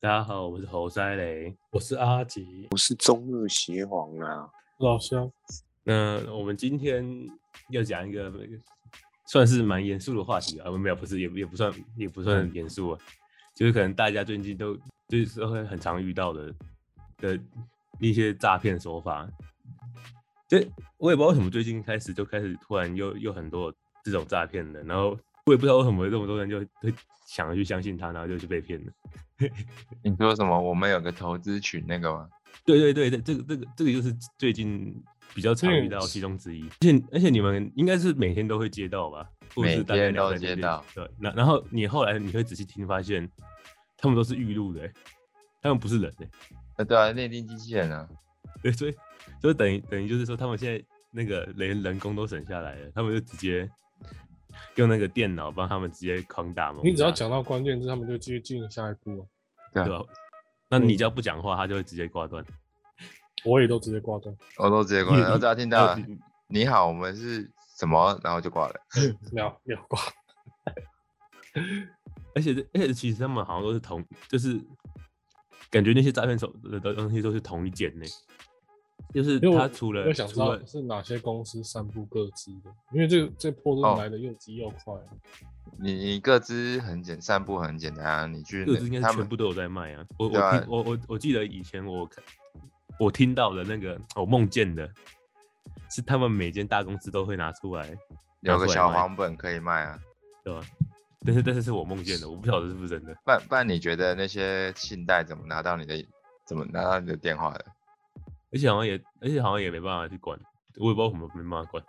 大家好，我是侯塞雷。我是阿吉，是中日协皇啊，老乡，那我们今天要讲一个算是蛮严肃的话题啊，没有，不是，也也不算，也不算严肃啊，就是可能大家最近都就是会很常遇到的的一些诈骗手法。就我也不知道为什么最近开始就开始突然又又很多这种诈骗的，然后我也不知道为什么这么多人就会想要去相信他，然后就去被骗了。你说什么？我们有个投资群那个吗？对对对，对，这个这个这个就是最近比较常这个遇到其中之一，而且而且你们应该是每天都会接到吧？或者是每大概天两都三天接内到。对，那然后你后来你会仔细听，发现他们都是预录的欸、他们不是人哎、呃，对啊，内定机器人啊， 对，所以所以等于等于就是说，他们现在那个连人工都省下来了，他们就直接用那个电脑帮他们直接狂打猛打。你只要讲到关键字，他们就继续进行下一步了。对对啊，吧？那你嗯只要不讲话，他就会直接挂断。我也都直接挂断，我都直接挂你呃了，我只要听到啊你你好，我们是什么，然后就挂了。没有没有挂。而且这而且其实他们好像都是同，就是感觉那些诈骗手的的东西都是同一件呢，就是因为他我除我了想知除道了是哪些公司散布各自的，因为这个这波哦真的来的又急又快。你你各自很简，散步很简单啊，你去各那自应该他是全们部都有在卖啊。我我对啊听我我我记得以前我看我听到的那个我梦见的，是他们每间大公司都会拿出来，有拿出个来小卖黄本可以卖啊。对吧？但是但是是我梦见的，我不晓得是不是真的。不然不然，你觉得那些信贷怎么拿到你的，怎么拿到你的电话的？而且好像也，而且好像也没办法去管，我也不知道为什么没办法管，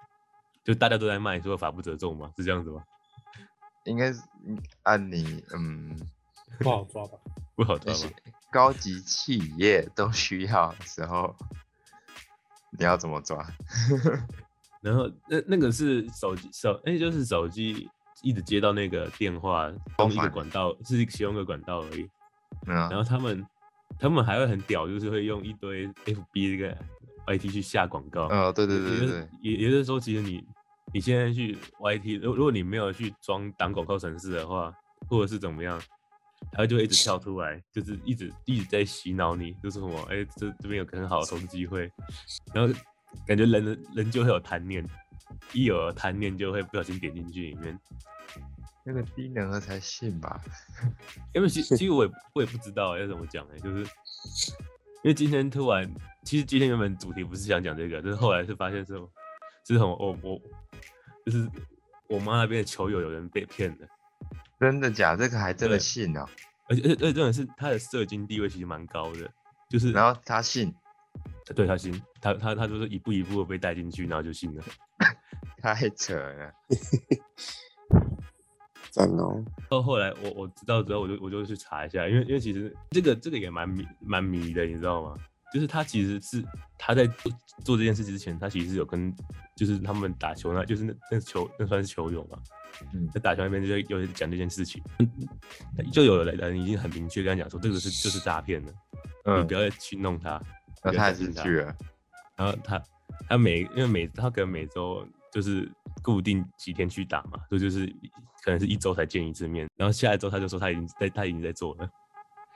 就大家都在卖，所以法不责众嘛，是这样子吗？应该是嗯按你嗯，不好抓吧？不好那抓些吧？高级企业都需要的时候，你要怎么抓？然后那那个是手机手，哎、就是手机一直接到那个电话，他们一个反管道是其中一个管道而已。嗯啊然后他们他们还会很屌，就是会用一堆 FB 这个 YT 去下广告。呃，对对也对就对是对，也也就是说，其实你你现在去 YT，如如果你没有去装挡广告程式的话，或者是怎么样，它就会一直跳出来，就是一直一直在洗脑你，就是什么，哎、这这边有个很好的投资机会，然后感觉人的人就会有贪念，一有贪念就会不小心点进去里面。那个低能儿才信吧？因为其其实我也我也不知道要怎么讲哎、就是因为今天突然，其实今天原本主题不是想讲这个，但是后来是发现是什么，是什么我我就是我妈那边的球友有人被骗了，真的假？这个还真的对信哦、而且而且而且重点是他的社经地位其实蛮高的，就是然后他信，对他信他他他就是一步一步的被带进去，然后就信了。太扯了。赞哦！到后来我我知道之后，我就我就去查一下，因为因为其实这个这个也蛮迷蛮迷的，你知道吗？就是他其实是他在做做这件事之前，他其实是有跟就是他们打球那，就是那那球那算是球友嘛，嗯在打球那边就有人讲这件事情，就有的人已经很明确跟他讲说，这个是就是诈骗了，你嗯不，要再去弄他。那不要他相也是信他去了。然后他他每因为每他可能每周就是固定几天去打嘛，所以就是可能是一周才见一次面，然后下一周他就说他已经在他已经在做了，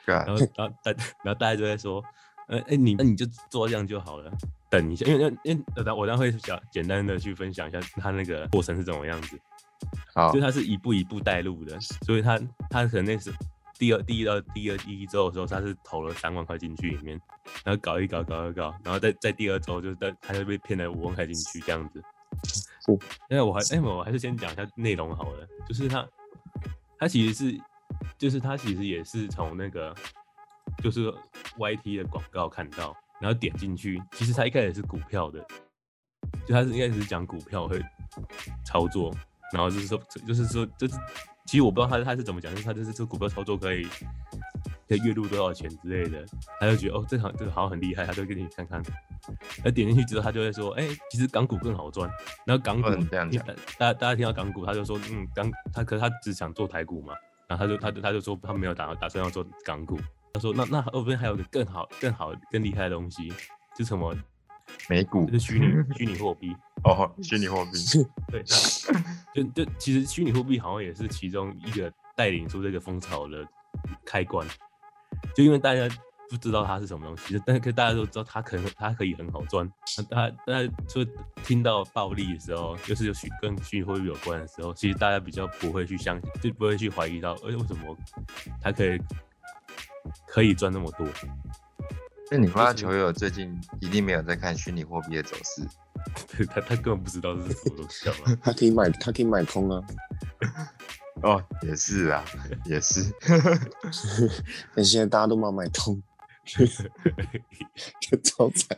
对啊然，后然后大然后大家就在说，呃哎、你那你就做这样就好了，等一下，因为因为因为我等我等下会想简单的去分享一下他那个过程是怎么样子，好就，他是一步一步带路的，所以他他可能那是第二第一到第二第一周的时候，他是投了三万块进去里面，然后搞一搞搞一搞，然后在在第二周就是在他就被骗了五万块进去这样子哦。那、我还哎、我还是先讲一下内容好了，就是他他其实是就是他其实也是从那个就是 YT 的广告看到，然后点进去，其实他一开始是股票的，就他是一开始是讲股票会操作，然后就是说，就是说，就是其实我不知道他他是怎么讲，就是他就是这股票操作可以可以月入多少钱之类的，他就觉得哦，这行这个好像很厉害，他就给你看看。那点进去之后，他就会说，哎、其实港股更好赚。然后港股不能这样讲大大家大家听到港股，他就说，嗯，港他可是他只想做台股嘛，然后他就他就他就说他没有打打算要做港股。他说那那后边还有个更好更好更厉害的东西，是什么？美股就是虚拟虚拟货币。哦，虚拟货币。对，那就就其实虚拟货币好像也是其中一个带领出这个风潮的开关，就因为大家不知道它是什么东西，但可大家都知道它可能它可以很好赚，那大那就听到暴利的时候，就是有许跟虚会有关的时候，其实大家比较不会去相信，就不会去怀疑到，哎、为什么它可以可以赚那么多？ 那你妈就是球友最近一定没有在看虚拟货币的走势，对他他根本不知道这是什么东西，好吗？ 他可以买，他可以买空啊，哦，也是啊，也是， 但现在大家都嘛买空， 就超惨。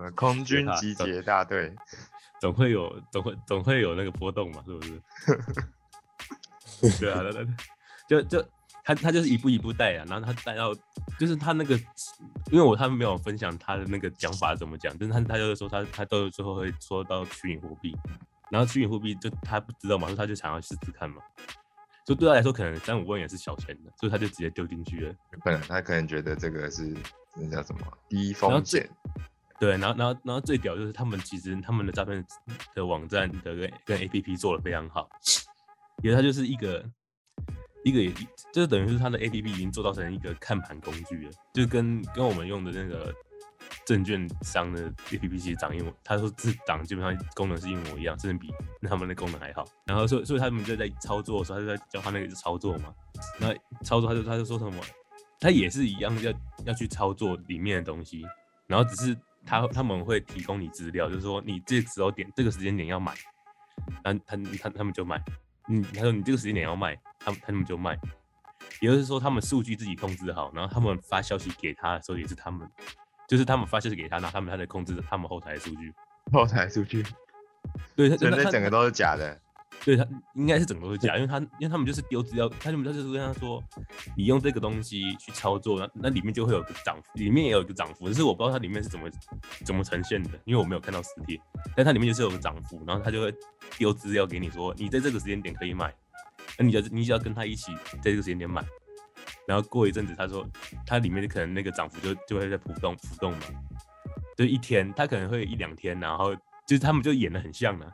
呃空军大集总结大队，总会有总会总会有那个波动嘛，是不是？对啊，那那就就他他就是一步一步带啊，然后他带到就是他那个，因为我他没有分享他的那个讲法怎么讲，但是他他就是说他他到最后会说到虚拟货币，然后虚拟货币就他不知道嘛，所以他就想要试试看嘛。就对他来说，可能三五万元是小钱的，所以他就直接丢进去了。可能他可能觉得这个是那叫什么低然后风最险，对，然后然后然后最屌就是他们其实他们的诈骗的网站的跟跟 APP 做的非常好，因为它就是一个一个也就是等于是它的 APP 已经做到成一个看盘工具了，就跟跟我们用的那个证券商的 APP 其实长一模，他说是长基本上功能是一模一样，甚至比他们的功能还好。然后所以所以他们就在操作的时候，他就在教他那个操作嘛，然后操作他就他就说什么，他也是一样要要去操作里面的东西，然后只是他他们会提供你资料，就是说你这个时候点这个时间点要买，然后他他他们就买，嗯，他说你这个时间点要卖，他们他们就卖，也就是说他们数据自己控制好，然后他们发消息给他的时候也是他们，就是他们发消息给他，然后他们他在控制他们后台的数据，后台数据，对，他所以他那他整个都是假的。对他应该是整个都是假，因为他因为他们就是丢资料，他们就是跟他说，你用这个东西去操作，那那里面就会有个涨幅，里面也有一个涨幅，只是我不知道它里面是怎么怎么呈现的，因为我没有看到实体，但它里面就是有个涨幅，然后他就会丢资料给你说，你在这个时间点可以买，那你就你只要跟他一起在这个时间点买，然后过一阵子他说它里面可能那个涨幅就就会在浮动浮动嘛，就一天，他可能会一两天，然后就是他们就演的很像啊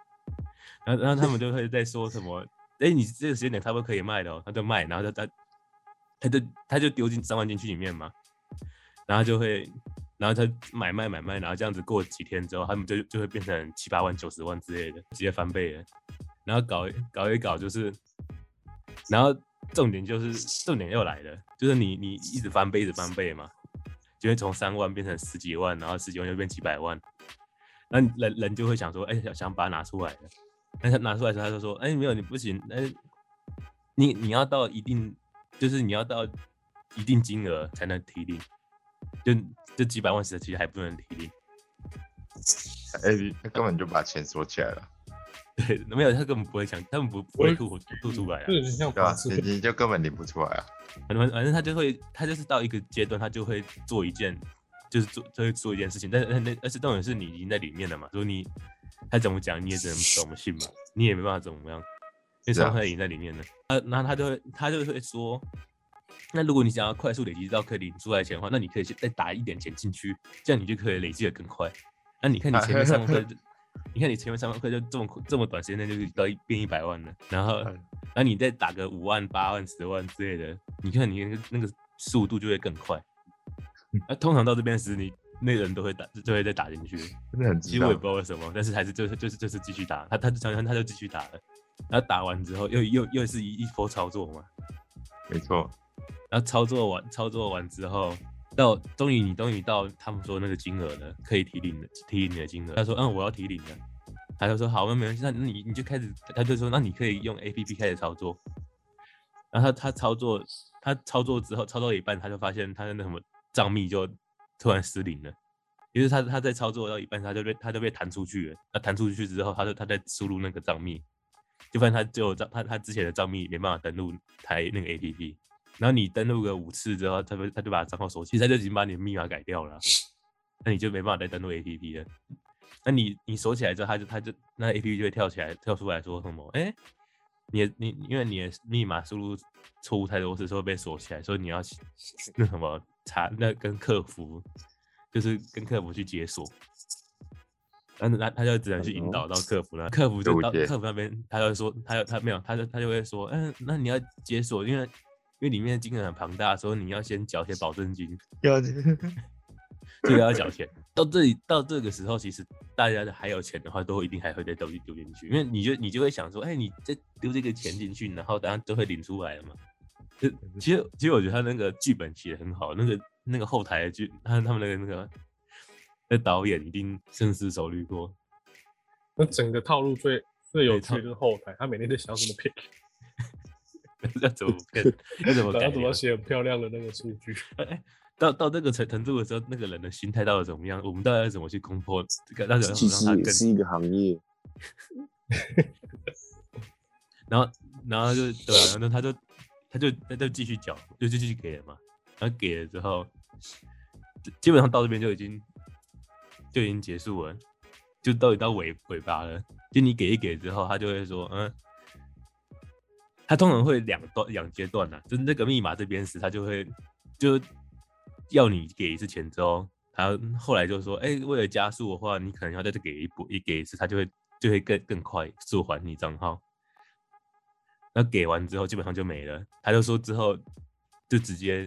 呢、然后然后他们就会在说什么，哎、你这个时间点差不多可以卖了、哦，他就卖，然后他他他就他就丢进三万进去里面嘛，然后就会，然后他买卖买卖，然后这样子过几天之后，他们就就会变成七八万、九十万之类的，直接翻倍了，然后搞一搞一搞就是，然后重点就是重点又来了，就是你你一直翻倍一直翻倍嘛，就会从三万变成十几万，然后十几万就变几百万，那你人人就会想说，哎、想想把它拿出来了。但是拿出来的时候，他就说：“哎、没有，你不行，哎、你你要到一定，就是你要到一定金额才能提领，就就几百万时其实还不能提领。哎、他根本就把钱锁起来了，对，没有，他根本不会想，他们不不会吐吐出来啊就。有点像对吧、法治你你就根本领不出来啊。反正反正他就会，他就是到一个阶段，他就会做一件，就是做他会做一件事情。但是但那而且重点是你已经在里面了嘛，所以你他怎么讲你也只能怎么信嘛，你也没办法怎么样，因为是啊伤害已经在里面了。他然后他就会他就会说，那如果你想要快速累积到可以领出来钱的话，那你可以先再打一点钱进去，这样你就可以累积的更快。那你看你前面 三万块就，你看你前面三万块就这么这么短时间内就到一变一百万了，然后，嗯然后你再打个五万、八万、十万之类的，你看你那个那个速度就会更快。嗯那、通常到这边时，你那个人都会打，就会再打进去。真的很其知实我道也不知道为什么，但是还是就是就是就是继续打，他他就常常他就继续打了，然后打完之后又又又是一一波操作嘛，没错，然后操作完操作完之后，到终于你终于到他们说那个金额了，可以提领的提领的金额。他说嗯我要提领的，他就说好那没关系，那那你你就开始，他就说那你可以用 A P P 开始操作。然后他他操作他操作之后操作一半，他就发现他的那什么账密就突然失灵了。于是他他在操作到一半，他就被他就被弹出去了。那弹出去之后，他就他在输入那个账密，就发现他只有账他他之前的账密没办法登录台那个 A P P。然后你登录个五次之后，他就他就把账号锁起，其实他就已经把你的密码改掉了啊，那你就没办法再登录 APP 了。那你你锁起来之后，他就他就那 APP 就会跳起来跳出来说什么？哎，你的你因为你的密码输入错误太多次，所以被锁起来，所以你要去那什么查那跟客服，就是跟客服去解锁。那那他就只能去引导到客服了，客服就了到解客服那边，他就说，他就他没有，他就他就会说，嗯，那你要解锁，因为因为里面的金额很庞大，所以你要先缴一些保证金，要这个要缴钱。到这里到这个时候，其实大家的还有钱的话，都一定还会再丢丢进去，因为你就你就会想说，哎、你再丢这个钱进去，然后等下就会领出来了嘛。这嗯其实其实我觉得他那个剧本写的很好，那个那个后台的剧，他他们那个那个那导演一定深思熟虑过， 那整个套路最最有趣对套的就是后台，他每天在想什么骗，要 怎么骗，要怎么然改啊后怎么良。写很漂亮的那个数据，哎到到这个程程度的时候，那个人的心态到底怎么样？我们到底要怎么去攻破？让让让其实他也更是一个行业，然后然后就对、啊，然后他就他就他就继续缴，就就继续给了嘛。然后给了之后，基本上到这边就已经就已经结束了，就到底到尾尾巴了。就你给一给之后，他就会说，嗯，他通常会两段两阶段呐、啊，就是那个密码这边时，他就会就要你给一次钱之后，他后来就说，哎、为了加速的话，你可能要再给一波，一给一次，他就会就会更更快速还你账号。那给完之后基本上就没了，他就说之后就直接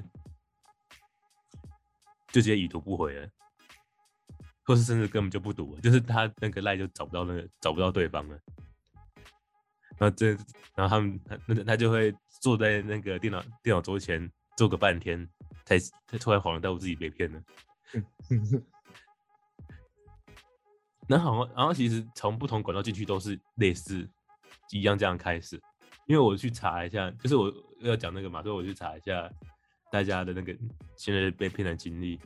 就直接已读不回了，或是甚至根本就不读了，就是他那个赖就找不到那个找不到对方了。然后这，然后他们他那他就会坐在那个电脑电脑桌前坐个半天，才才突然恍然大悟自己被骗了。然后好像，然后其实从不同管道进去都是类似一样这样开始。因为我去查一下，就是我要讲那个嘛，所以我去查一下大家的那个现在被骗的经历，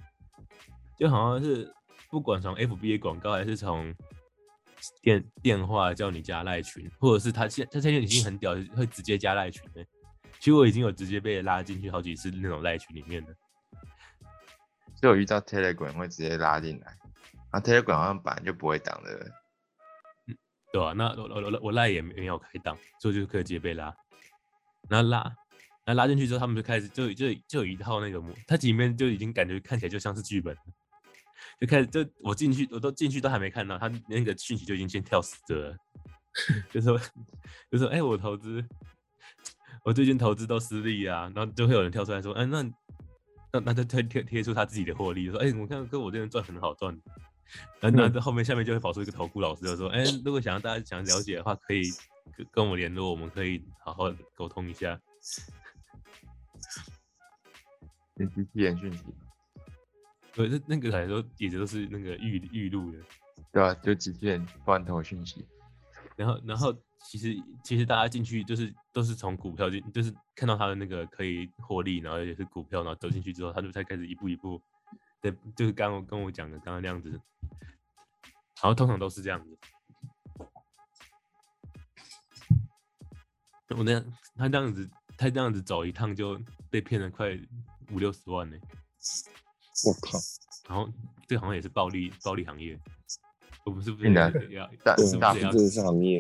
就好像是不管从 FB 的广告还是从电电话叫你加赖群，或者是他现他现在已经很屌，会直接加赖群了。其实我已经有直接被拉进去好几次那种赖群里面的， 就有遇到 Telegram 会直接拉进来，然后 Telegram 好像本来就不会挡的，对吧、那我我我我赖也没有开档，所以就可以直接被拉。然后拉，然后拉进去之后，他们就开始就就就有一套那个模，它里面就已经感觉看起来就像是剧本了，就开始就我进去我都进去都还没看到，他那个讯息就已经先跳死的了， 就说就说哎、我投资，我最近投资都失利啊，然后就会有人跳出来说，哎、那那那就贴贴贴出他自己的获利，说哎、我看跟我这边赚很好赚。然后，然后后面下面就会跑出一个投顾老师，就说：“哎、如果想要大家想了解的话，可以跟跟我们联络，我们可以好好地沟通一下。你机器人讯息，对，那那个来说也都是那个预预录的。对吧、就机器人罐头讯息，然后，然后其实其实大家进去就是都是从股票进，就是看到他的那个可以获利，然后也是股票，然后走进去之后，他就才开始一步一步，对，就是刚刚我跟我讲的刚刚那样子。然后通常都是这样子。我那样，他这样子，他这样子走一趟就被骗了快五六十万呢、我靠，然后这个好像也是暴利暴利行业，我们是不是真的也要大对是啊，不大是这也要真的是行业，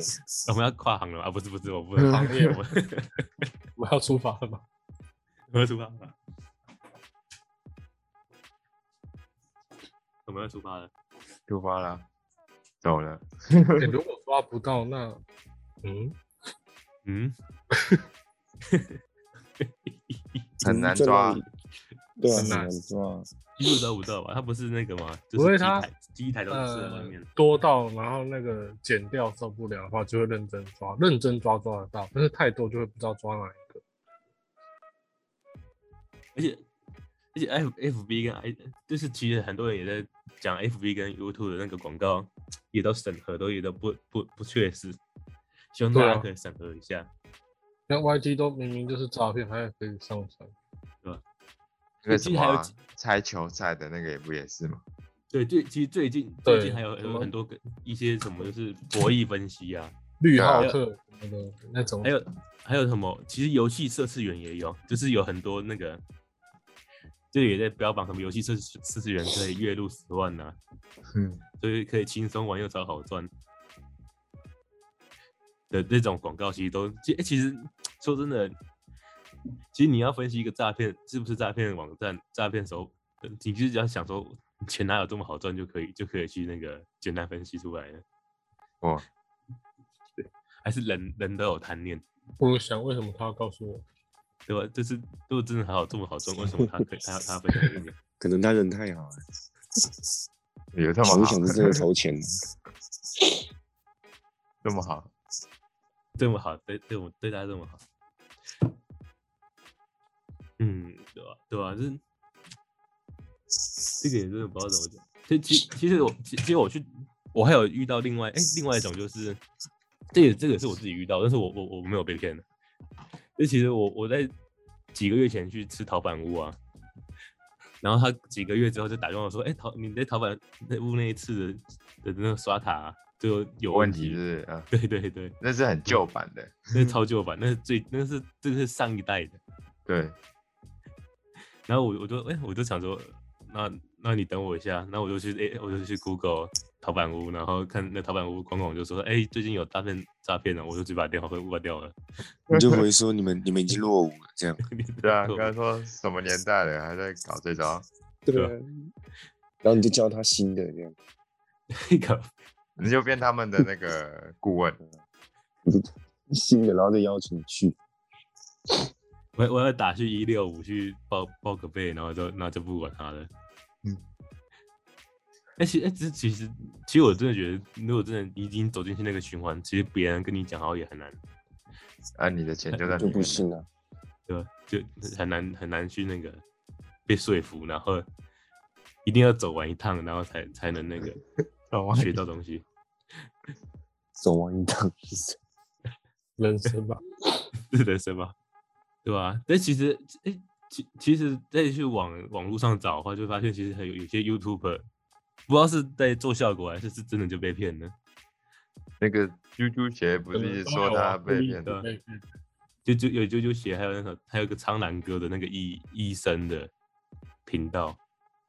我们要跨行了吗啊？不是不是，我不行业我们我们要出发了吗？我要出发了。我们要出发了，出发了，走了，欸如果抓不到，那嗯，嗯，很难在抓那里，对啊，很很难难抓，一路都不到吧？他不是那个吗？就不是会机他台机台都是在外呃面。，多到然后那个减掉受不了的话，就会认真抓，认真抓抓得到，但是太多就会不知道抓哪一个。而且而且 F F B 跟 I 就是其实很多人也在讲 F B 跟 YouTube 的那个广告也都审核都也都不不不确实，希望大对家啊可以审核一下。那 YT 都明明就是诈骗，还可以上传，那个我什记得么还有啊、几猜球赛的那个也不也是吗？对，最其实最近最对近还有什么有很多个一些什么就是博弈分析啊，绿对啊浩克什么的那种，还有还有什么？其实游戏测试员也有，就是有很多那个，就也在标榜什么游戏测试测试员可以月入十万呐、嗯，所以可以轻松玩又超好赚的那种广告，其实都其、欸其实说真的，其实你要分析一个诈骗是不是诈骗网站、诈骗手，呃你就是只要想说钱哪有这么好赚就可以就可以去那个简单分析出来了，哇，还是人人都有贪念。我想为什么他要告诉我？对吧？就是如果真的还有这么好赚，为什么他可以他他分享给你？可能他人太好了，有这么想一好想，是真的 投钱。这么好，这么好，对对我对他这么好，嗯，对吧、对吧、这这个也真的不知道怎么讲。其其其实我其其实我去，我还有遇到另外哎、另外一种就是，这也这个是我自己遇到，但是我我我没有被骗的。就其实我我在几个月前去吃陶板屋啊，然后他几个月之后就打电话说，哎、陶你在陶板那屋那一次的的那个刷卡啊、就有嗯有问题是不是？嗯，对对对，那是很旧版的，那是超旧版，那是最那是这是上一代的。对，然后我我就哎、我就想说，那那你等我一下，那我就去哎、我就去 Google 淘板屋，然后看那淘板屋管管就说，哎、最近有诈骗诈骗了，我就直接把电话挂掉了。你就回说你们你们已经落伍了， 这样。对啊，刚才说什么年代了，还在搞这招，对啊然后你就教他新的这样，那个你就变他们的那个顾问， 新的，然后再邀请你去。我我要打去一六五去报报个备，然后就那就不管他了。嗯。哎、其哎、这其实其实我真的觉得，如果真的你已经走进去那个循环，其实别人跟你讲好像也很难，啊，你的钱就在就里不面，行了，对吧？就很难很难去那个被说服，然后一定要走完一趟，然后才才能那 个懂吗学到东西。走完一趟。 人生吧，是的，是吧？对吧？但其实，哎、其其实再去网网络上找的话，就发现其实还有有些 YouTube 不知道是在做效果，还是是真的就被骗了。那个啾啾鞋不是一直说啊他被骗的的，被骗就就有就就写还有那个还有个苍兰哥的那个医医生的频道，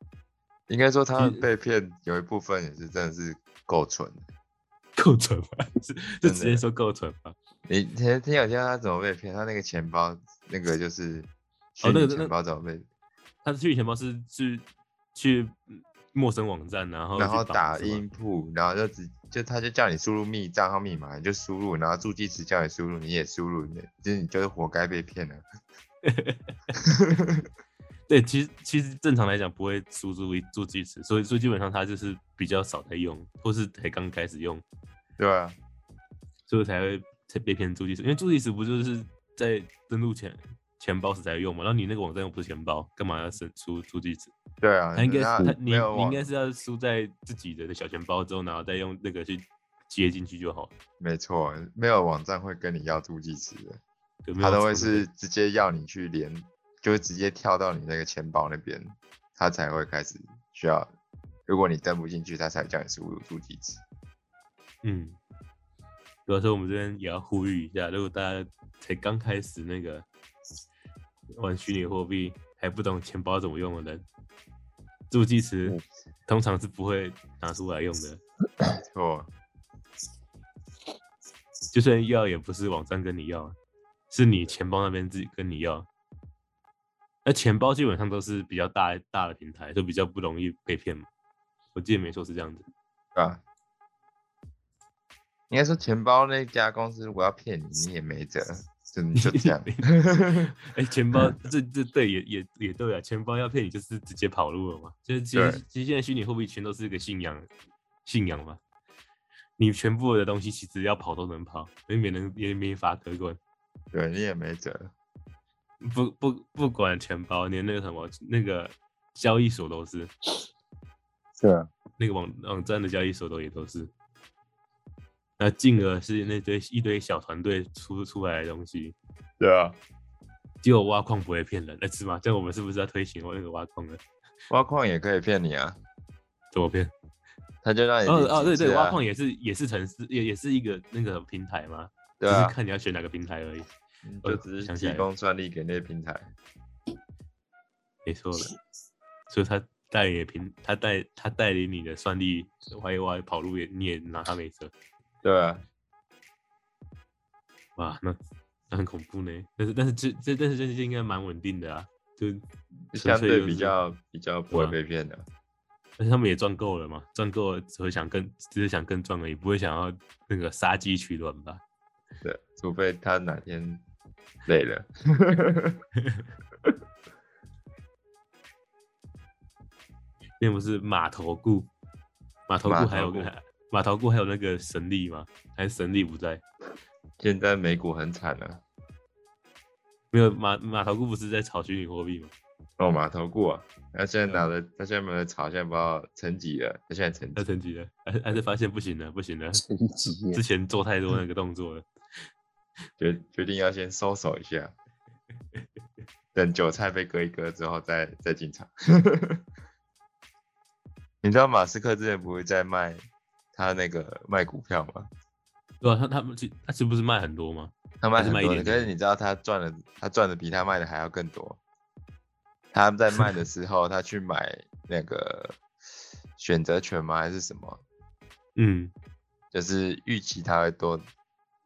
应该说他们被骗有一部分也是真的是够蠢的。够蠢吧？是就真直接的说够蠢吧？你前听有听到他怎么被骗？他那个钱包，那个就是虚哦那拟个那钱包怎么被？他的虚拟钱包是去去陌生网站，然后然去后哦绑打什么音铺，然后就直就他就叫你输入密账号密码，你就输入，然后助记词叫你输入，你也输入，你就是你就是活该被骗啊了。对，其实其实正常来讲不会输入助记词，所以所以基本上它就是比较少在用，或是才刚开始用，对啊，所以才会才被骗助记词。因为助记词不就是在登录前钱包时才用嘛？然后你那个网站又不是钱包，干嘛要输输助记词？对啊，它应该那是它你没有你应网该是要输在自己的小钱包之后，然后再用那个去接进去就好了。没错，没有网站会跟你要助记词的，有没有他都会错的是直接要你去连，就会直接跳到你那个钱包那边，他才会开始需要。如果你登不进去，他才叫你输入助记词。嗯，主要是我们这边也要呼吁一下，如果大家才刚开始那个玩虚拟货币还不懂钱包怎么用的人，助记词嗯通常是不会拿出来用的，没错，就算要也不是网站跟你要，是你钱包那边自己跟你要。那钱包基本上都是比较大大的平台，就比较不容易被骗嘛。我记得没错是这样子。。对吧、应该说钱包那家公司如果要骗你，你也没辙，就你就这样 哎、钱包这这对也也也对啊，钱包要骗你就是直接跑路了嘛。就是其实对其实现在虚拟货币全都是一个信仰信仰嘛，你全部的东西其实要跑都能跑，也没能也没法可管。对你也没辙，不不不管钱包，连那个什么那个交易所都是，对啊，那个网网站的交易所都也都是。那进而是那堆一堆小团队出出来的东西，对啊，结果挖矿不会骗人，那、哎是吗？这样我们是不是要推行那个挖矿了？挖矿也可以骗你啊，怎么骗？他就让你哦领哦，对薪对，资挖啊矿也是也是城市，也也是一个那个平台嘛，对只啊是，看你要选哪个平台而已。你呃就只是想起来提了供专利给那些平台。没错了，所以他带领的平，他带他带领你的算力挖一挖跑路也你也拿他没辙，对啊，哇，那那很恐怖呢。但是但是这这但是这些应该蛮稳定的啊，就相纯粹对就比是较比较不对会啊被骗的。但是他们也赚够了嘛，赚够了只会想更只是想更赚而已，不会想要那个杀鸡取卵吧？对，除非他哪天累了。那不是码头固，码头码固头还有 个固码头固还有那个神力吗？还是神力不在？现在美股很惨啊了，没有码码头固不是在炒虚拟货币吗？哦，码头股啊，他现在拿的，他现在拿的炒，现在不知道成几了，他现在成要几？升级了，还是还是发现不行了，不行了，成绩耶之前做太多那个动作了。决决定要先收手一下，等韭菜被割一割之后再再进场。你知道马斯克之前不会在卖他那个卖股票吗？对啊，他他们其他是不是卖很多吗？他卖还是很卖一多点的，可点是你知道他赚的，他赚的比他卖的还要更多。他在卖的 时候，他去买那个选择权吗？还是什么？嗯，就是预期它会多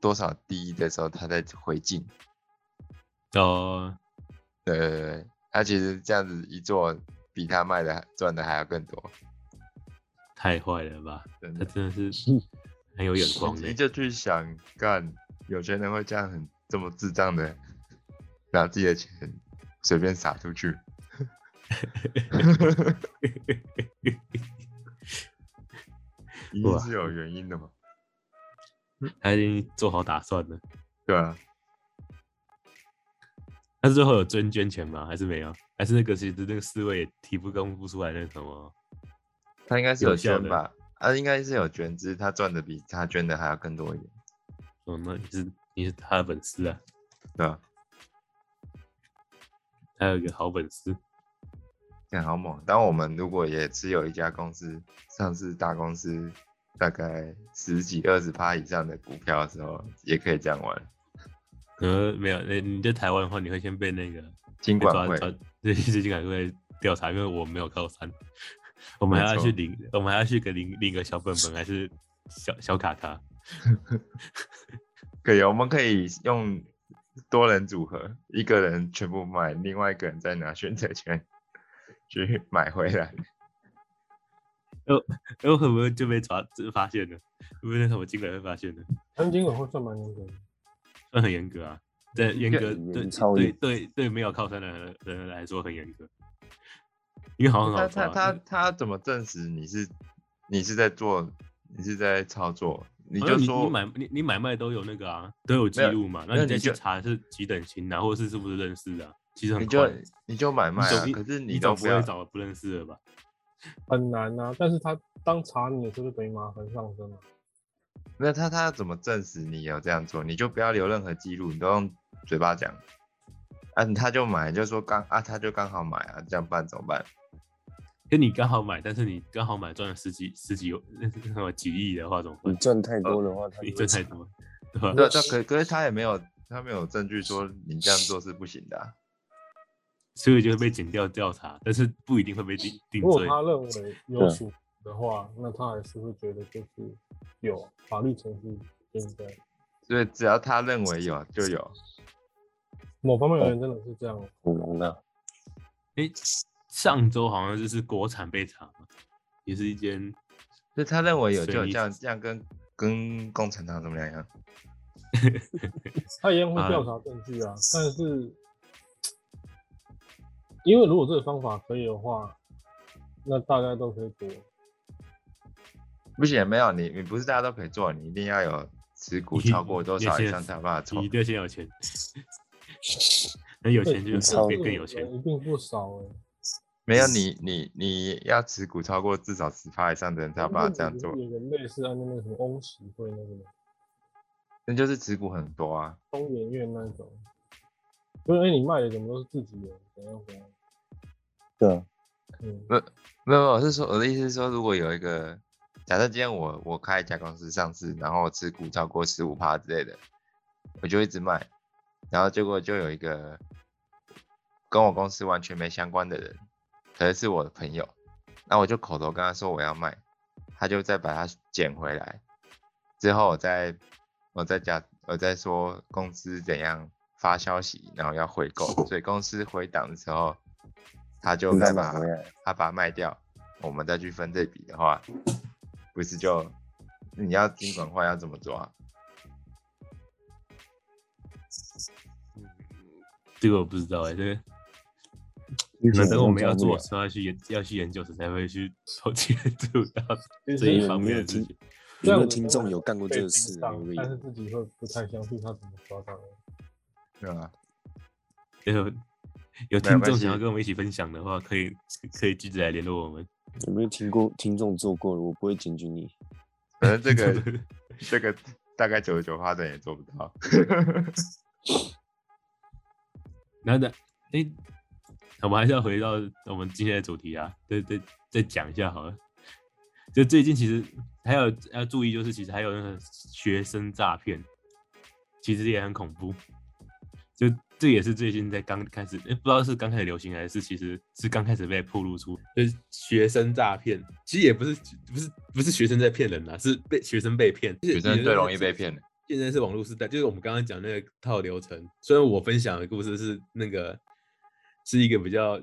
多少低的时候，它再回进。哦，对对对对，它其实这样子一做，比它卖的还赚的还要更多。太坏了吧，真他的，真的是很有眼光欸你的。就去想干，有钱人会这样很这么智障的， 拿自己的钱随便撒 出去。一定哇是有原因的嘛？ 他已经做好打算了。对啊，但是最后有真捐钱吗？还是没有？还是那个其实那个四位也提不公布出来那什么？他应该是有有效捐的吧？啊，应该是有捐，只是他赚的比他捐的还要更多一点，哦，那你是你是他的粉丝啊，对吧、啊？他有一个好粉丝。看好猛！啊但我们如果也持有一家公司上市大公司，大概十几二十趴以上的股票的时候，也可以这样玩。呃，没有，你你在台湾的话，你会先被那个金被抓管会抓，对，金管会调查，因为我没有靠山， 我们没还要去错领，我们还要去给领领个小本本，还是小小卡卡？可以，我们可以用多人组合，一个人全部卖，另外一个人再拿选择权 去买回来。然后很多就被抓就发现了，会被那什么金管会发现了，他们监管会算蛮严格的，算很严格啊，对，严格严对超对严对对，没有靠山的人人来说很严格，因为好像很他好抓他啊，他他怎么证实你是你是在做你是在操作？你你就你说买你你买卖都有那个啊，都有记没有录嘛，那那你再你去就查是几等亲啊，或者是是不是认识的啊、其实你很快就你就买卖啊，总可是你都总不不要会找不认识的吧？很难啊。但是他当查你的时候，就等于麻烦上身了。那他他要怎么证实你有这样做？你就不要留任何记录，你都用嘴巴讲。啊，他就买，就说刚啊，他就刚好买啊，这样办怎么办？就你刚好买，但是你刚好买赚了十几十几那那什么几亿的话，怎么你办？赚太多的话，他呃你就赚会太查。多，对吧？对啊，但可可是他也没有，他没有证据说你这样做是不行的啊、所以就会被剪掉调查，但是不一定会被定定如果罪。他认为有对属的话，那他还是会觉得就是有法律程序就是在所以只要他认为有啊就有。某方面而言真的是这样。啊恐龙的，哎，上周好像就是国产被查嘛，也是一间所以他认为有所以就有，你这样这样跟跟共产党怎么两样？他一样会调查证据啊，但是因为如果这个方法可以的话，那大家都可以躲。不行，没有你，你不是大家都可以做，你一定要有持股你超过多少你以先上才有办法抽你一。定要先有钱， 那有钱就对是超更更有钱。一定不少哎、没有你你你要持股超过至少十趴以上的人才啊有办法这样做。有个类似按照那个什么翁启惠那个那就是持股很多啊。中研院那种，就是哎、你卖的怎么都是自己的，怎样怎样，对啊，嗯，没有，没有我是说我的意思是说，如果有一个假设今天我我开一家公司上市，然后我持股超过十五趴之类的，我就一直卖，然后结果就有一个跟我公司完全没相关的人，可是是我的朋友，那我就口头跟他说我要卖，他就再把它捡回来，之后我再我再假我再说公司怎样发消息，然后要回购，所以公司回档的时候，他就你再再把买回来，他把它卖掉，我们再去分这笔的话，不是就你要金管会要怎么做啊？这个我不知道哎、这个听起可来能等我们要像做这的时候要去研要去研究时才会去偷接 触到这其实一有方没面有的事听情。虽有没然我有们听众有干过这被个盯事？上我但是也自己会不太相信他怎么抓到的。对啊吧？有有没有听关众系想要跟我们一起分享的话，可以可以记得来联络我们。有没有听过听众做过的？我不会检举你。反正 这个这个大概九十九趴的人也做不到。然后呢，哎、我们还是要回到我们今天的主题啊，再再再讲一下好了。就最近其实还有要注意，就是其实还有那个学生诈骗，其实也很恐怖。就这也是最近在刚开始，哎、不知道是刚开始流行还是其实是刚开始被暴露出，就是学生诈骗。其实也不是不是不是学生在骗人啦、是被学生被骗。学生最容易被骗了。现在是网络时代，就是我们刚刚讲那个套流程。虽然我分享的故事是那个是一个比较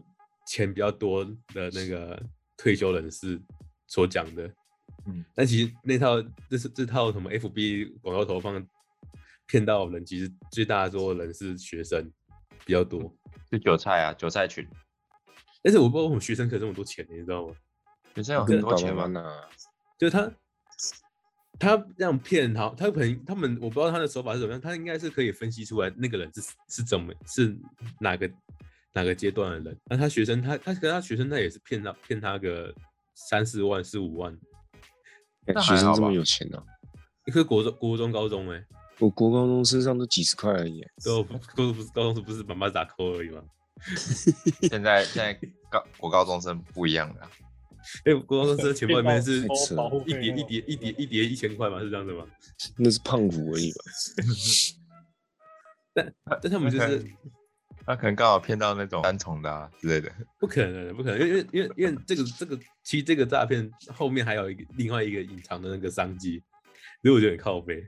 钱比较多的那个退休人士所讲的，嗯，但其实那套这是这套什么 FB 广告投放骗到的人，其实最大多的人是学生比较多。是韭菜啊，韭菜群，但是我不知道为什么学生可以这么多钱，你知道吗？学生有跟很爸爸多钱妈嘛，妈就是他他这样骗好，他可能他们我不知道他的手法是怎么样，他应该是可以分析出来那个人是是怎么是哪个哪个阶段的人。那他学生他他跟他学生他也是骗他骗他个三四万四五万，那哎学还生好这么吧有钱呢、啊？一个国中国中高中哎、欸，我国高中身上都几十块而已。都高不是高中是不是妈妈打扣而 已吗？现在现在高国高中生不一样了啊，哎、国中生钱包里面 是太扯了包包一叠一叠一叠一叠一千块嘛，是这样子吗？那是胖虎而已吧？但他们就那可是能他可能刚好骗到那种单重的啊之类的。不可能的，不可能，因为因为因为因为这个这个，其实这个诈骗后面还有一个另外一个隐藏的那个商机，所以我觉得很靠背，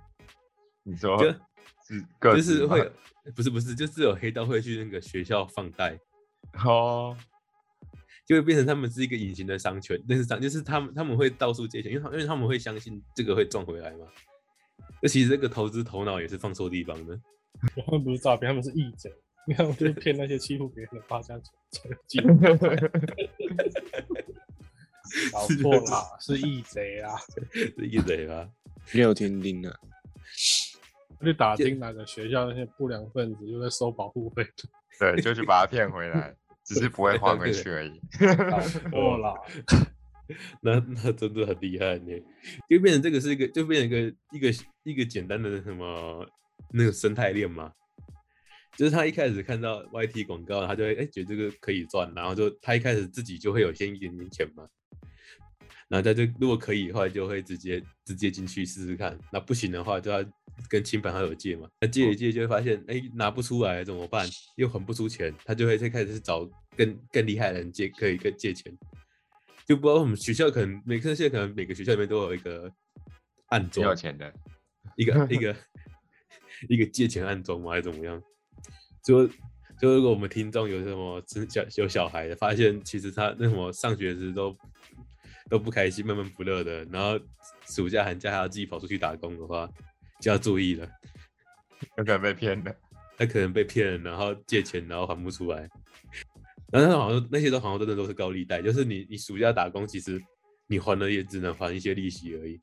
你说就是各就是自吗会有不是不是，就是有黑道会去那个学校放贷， 哦，就会变成他们是一个隐形的商圈，那是商就是他们他们会到处借钱，因为他因为他们会相信这个会赚回来嘛。那其实这个投资头脑也是放错地方的， 他们不是诈骗，他们是义诊。你看，我就是骗那些欺负别人的八家将，搞错啦，是义贼啊！是一啊嘴巴。廖天丁 啊，就打听哪个学校那些不良分子又在收保护费，对，就去把他骗回来，只是不会还回去 而已。搞错啦。那那真的很厉害呢，就变成这个是一个，就变成一个一个一个简单的什么那个生态链嘛，就是他一开始看到 YT 广告，他就会哎、觉得这个可以赚，然后就他一开始自己就会有先一点点钱嘛，然后他就如果可以的话，就会直接直接进去试试看，那不行的话就要跟亲朋好友借嘛，那借一借就会发现哎、拿不出来怎么办，又还不出钱，他就会再开始找更更厉害的人借，可以跟借钱。就不知道我们学校可能每个现在可能每个学校里面都有一个暗挺中有钱的，一个一个 一个借钱暗中吗？还是怎么样？就就如果我们听众有什么生小有小孩的，发现其实他那什么上学时都都不开心、闷闷不乐的，然后暑假寒假还要自己跑出去打工的话，就要注意了，有可能被骗的。他可能被骗了，然后借钱，然后还不出来。然后他好像那些都好像真的都是高利贷，就是你你暑假打工，其实你还了也只能还一些利息而已，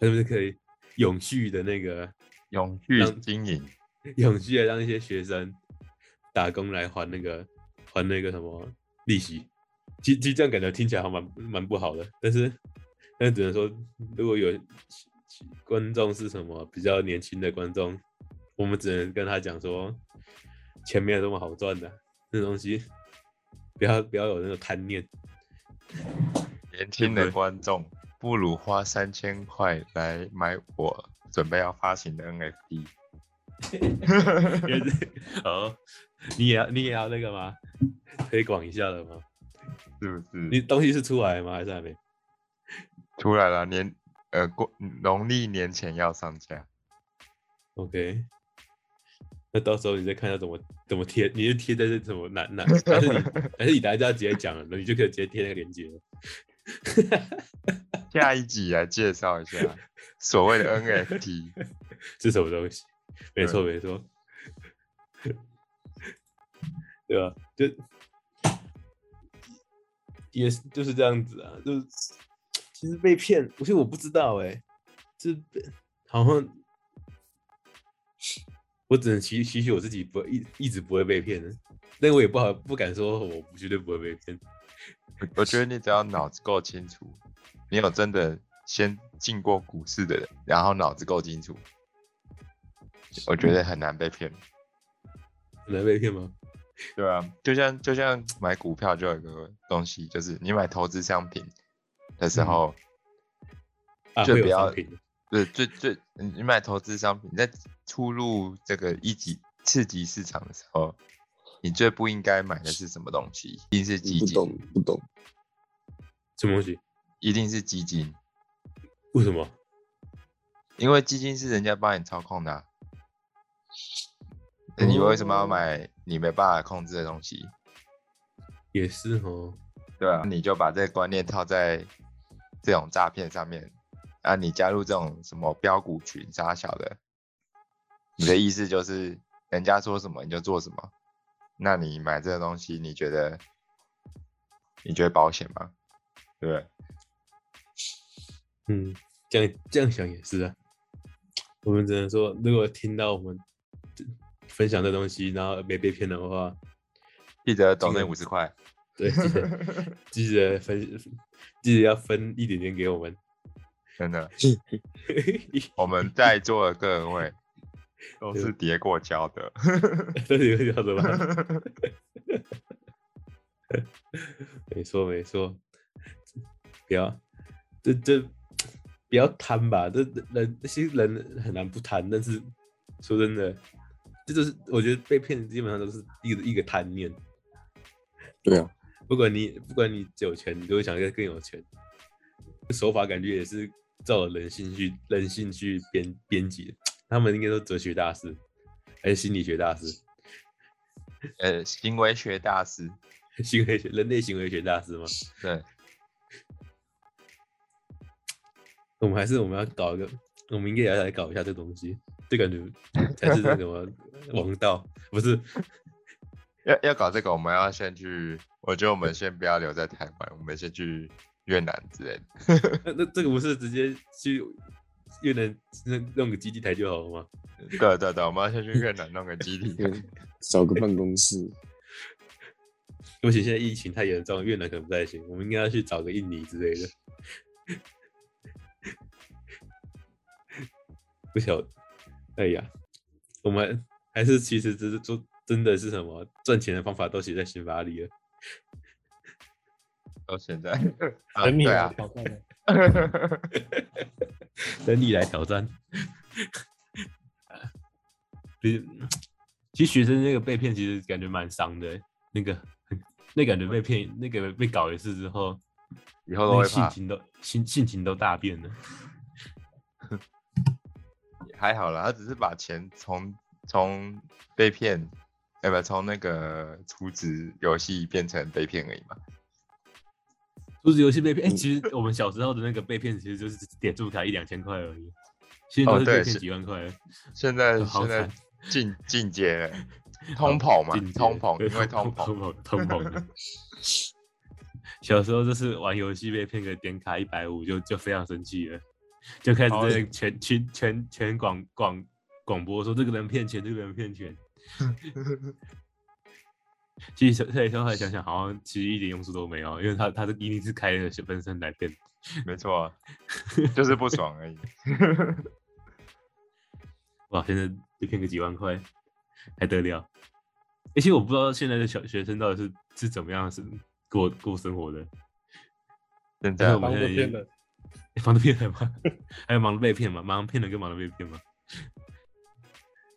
他们是可以永续的那个永续让经营， 永续的让一些学生打工来还那个还那个什么利息。其其实这样感觉听起来还蛮蛮不好的，但是但是只能说，如果有观众是什么比较年轻的观众，我们只能跟他讲说，钱没有那么好赚的，这东西不要不要有那种贪念。 年轻的观众不如花三千块来买我准备要发行的 NFT。也是哦，你也要你也要那个吗？推广一下了吗？是不是？你东西是出来了吗？还是还没？出来了，年呃过农历年前要上架， OK，那到时候你再看要怎么怎么贴，你就贴在这怎么哪哪，还是你还是你大家直接讲了，你就可以直接贴那个链接了。下一集来介绍一下所谓的 NFT。啊是什么东西？没错没错， 对吧？就也是就是这样子啊，就是其实被骗，我其实我不知道哎、就是被好像我只能期期许我自己不会一一直不会被骗的，但我也不好不敢说我绝对不会被骗。我我觉得你只要脑子够清楚，你有真的先进过股市的人，然后脑子够清楚，我觉得很难被骗。很难被骗吗？对啊，就像就像买股票就有一个东西，就是你买投资商品的时候，啊，就会不有要商品的对，最最你你买投资商品，你在出入这个一级次级市场的时候，你最不应该买的是什么东西？一定是基不金，懂不懂，什么东西？一定是基金，为什么？因为基金是人家帮你操控的啊、那你为什哦么要买你没办法控制的东西？也是哦，对啊，你就把这个观念套在这种诈骗上面啊！你加入这种什么标股群啥小的，你的意思就是人家说什么你就做什么。那你买这个东西，你觉得你觉得保险吗？对不对？嗯，这样这样想也是啊。我们只能说，如果听到我们这分享这东西，然后没被骗的话，记得抖这那个五十块，对，记得记得分，记得要分一点点给我们。真的，我们在座的 各位都是叠过胶的。都是有叫什么？没错没错，不要，这这不要贪吧，这人其实人很难不贪，但是说真的，这就是我觉得被骗基本上都是一个一个贪念，对啊，不管你不管你有钱，你都会想要更有钱，手法感觉也是照着人性去人性去编编辑的，他们应该都哲学大师，还是心理学大师。呃，行为学大师， 行为学、人类行为学大师吗？对，我们还是我们要搞一个，我们应该也要来搞一下这东西，这感觉才是那什么王道，不是？要要搞这个，我们要先去，我觉得我们先不要留在台湾，我们先去越南之类的。那那这个不是直接去越南那弄个基地台就好了吗？对啊对对，我们要先去越南弄个基地。嗯找个办公室，而且现在疫情太严重，越南可能不太行，我们应该要去找个印尼之类的。 不晓得，哎呀，我们还是其实只是做真的是什么赚钱的方法都写在刑法里了。到 现在，啊等你对来啊， 挑战我。等你来挑战。 其实，其实学生那个被骗，其实感觉蛮伤的欸。那个，那感觉被骗，那个被搞一次之后，以后那都个会性怕。情都心性情都大变了。还好啦，他只是把钱从从被骗，哎不，从那个充值游戏变成被骗而已嘛。桌子游戏被骗，哎、嗯其实我们小时候的那个被骗，其实就是点数卡一两千块而已，现在哦都是被对骗是几万块了。现在哦好现在惨进进阶 了，通膨嘛进，阶通膨，对因为通通膨，膨，通膨的。小时候就是玩游戏被骗个点卡一百五，就就非常生气了，就开始哦在全全全全广广广播说这个人骗钱，这个人骗 钱。其实现在后来想想，好像其实一点用处都没有，因为他他的一定是开了分身来骗。没 错啊，就是不爽而已。哇，现在被骗个几万块，还得了？而且我不知道现在的小学生到底是是怎么样是过过生活的。 现但是在我们帮现着在已骗经人，欸忙着 骗人吗？还有忙着被骗吗？忙着骗人跟忙着被骗吗？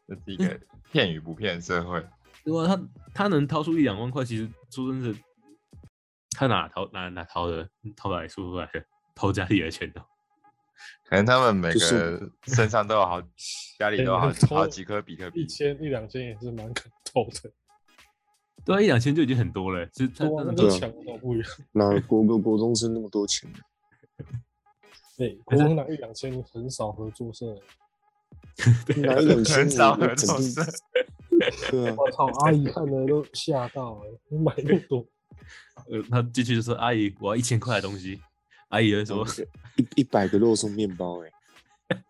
这是一个骗与不骗的社会。如果啊他他能掏出一两万块，其实说真的，他哪掏哪哪掏的？掏哪里出来的？掏家里的钱哦。可能他们每就是个身上都有 好，家里都有好很多好几颗比特一币。千一两千也是蛮敢偷的，对啊，一两千就已经很多了，是他对啊，他那能都对啊抢不到不远。那国国国中生那么多钱，对，国中拿一两千很少合作社，拿一两千，很少我合整作个社对 啊， 我操，阿姨看了都吓到了，我买那么多，呃，他进去就说：“阿姨，我要一千块的东西。”阿姨就哦说一一百个肉松面包、欸，哎，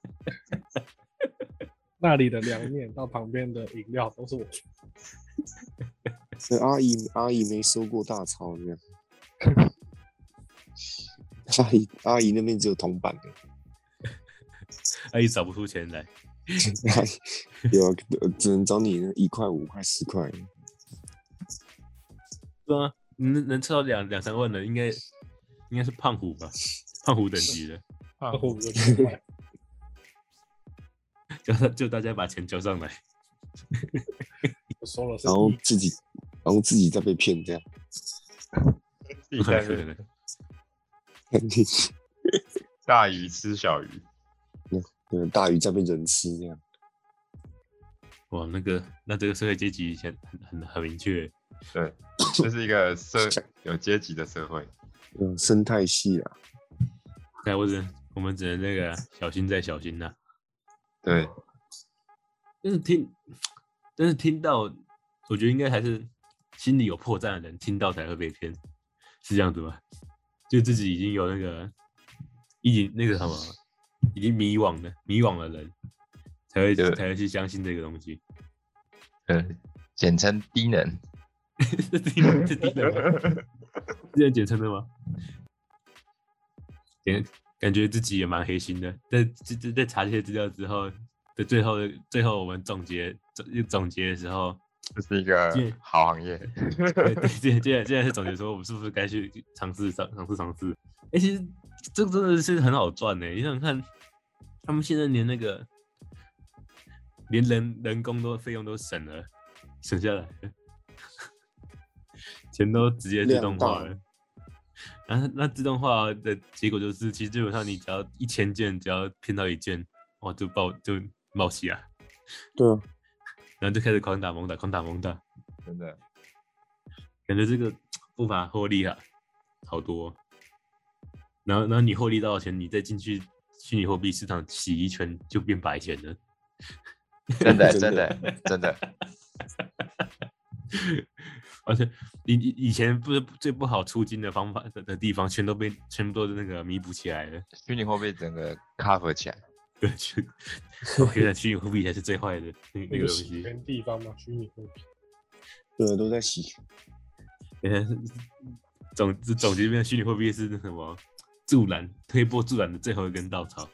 那里的凉面到旁边的饮料都是我出，这阿姨阿姨没收过大钞这样。 阿姨阿姨那边只有铜板的，：“ 阿姨找不出钱来。阿姨 有啊只能找你那一块五块十块的。”对啊，能能测到两两三万的，应该应该是胖虎吧，胖虎等级的。啊然后我就去买。叫他就大家把钱交上来，我收了是然后一自己，然后自己再被骗这样。 自己在那对边 对你大鱼吃小鱼，大鱼再被人吃这样，哇，那个那这个社会阶级以前很很很明确，欸对，这是一个社有阶级的社会。嗯，生态系啊，但啊我只我们只能那个啊小心再小心呐、对，但是听，但是听到，我觉得应该还是心里有破绽的人听到才会被骗，是这样子吗？就自己已经有那个，已经那个什么，已经迷惘的迷惘的人，才会对才会去相信这个东西。 呃，简称低能。这低能，这低能吗？这样简称的吗？感感觉自己也蛮黑心的，在在在在查这些资料之后，在最后的最后我们总结总总结的时候，这是一个对好行业， 对对，竟然竟然竟然是总结说，我们是不是该去尝试尝尝试尝试？哎、其实这个真的是很好赚呢、你想想看，他们现在连那个连人人工都费用都省了，省下来了，钱都直接自量动大化了。然后那自动化的结果就是，其实基本上你只要一千件，只要骗到一件，哇，就爆就冒起啊，对啊，然后就开始狂打猛打，狂打猛打。真的。感觉这个不法获利啊，好多哦、然后，然后你获利到的钱，你再进去虚拟货币市场洗一圈，就变白钱了。 真的，真真的的，真的， 而且，以以以前不是最不好出金的方法的的地方，全都被全部都是那个弥补起来了。虚拟货币整个 cover 起来，对，就 哦原来虚拟货币才是最坏的那那个东西。原地方嘛，虚拟货 币。对，啊都在洗，原来是 总之总结，变虚拟货币是那什么助燃推波助燃的最后一根稻草。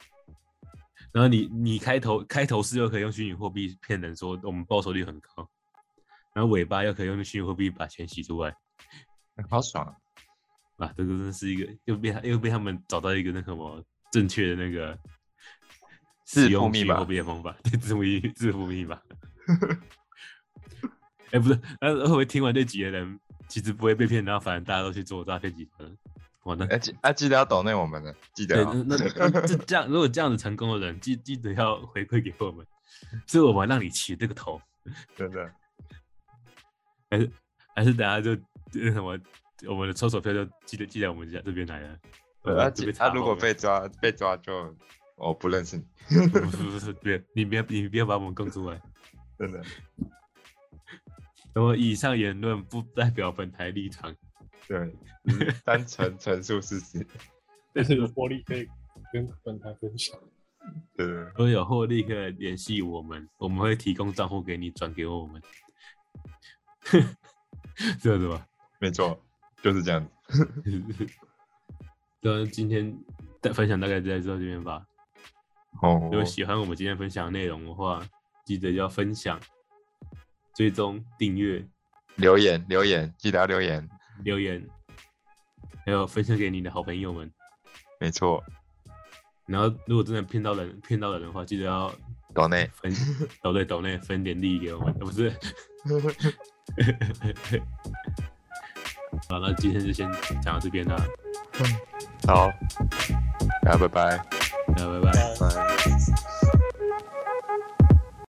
然后你你开头开头是又可以用虚拟货币骗人说我们报酬率很高，然后尾巴又可以用虚拟货币把钱洗出来，好爽啊！啊，这个真是一个又被他又被他们找到一个那什么正确的那 个致使用富密虚拟码货币的方法， 对，致富密致富密 码。哎、不是，那会不会听完这集的人其实不会被骗，然后反正大家都去做诈骗集团了？哇，那而且啊，记得要抖内我们的，记得对，哦。那那那这这样，如果这样子成功的人，记记得要回馈给我们，是我们让你起这个头，真的，还是还是大家就那什么，我们的抽手票就寄得寄到我们家这边来了。我对们啊，就记被啊查如后果了被抓，被抓就我不认识你， 不不不不，别你别你别把我们供出来。真的。那么以上言论不代表本台立场。对，只是单纯陈述事实。但是有获利可以跟本台分享。对，如果有获利可以联系我们，我们会提供账户给你转给我们。 这样子吧。没错，就是这样子。对啊，今天的分享大概就在这边吧。哦如，果喜欢我们今天分享的内容的话，记得要分享、追踪、订阅、留言留言，记得要留言，留言，还有分享给你的好朋友们。没错，然后，如果真的骗到人、骗到人的话，记得要抖内。分抖内抖内分点利益给我们，呃不是？ 好，那今天就先讲到这边啦，好，大家拜拜。大家拜拜。拜拜。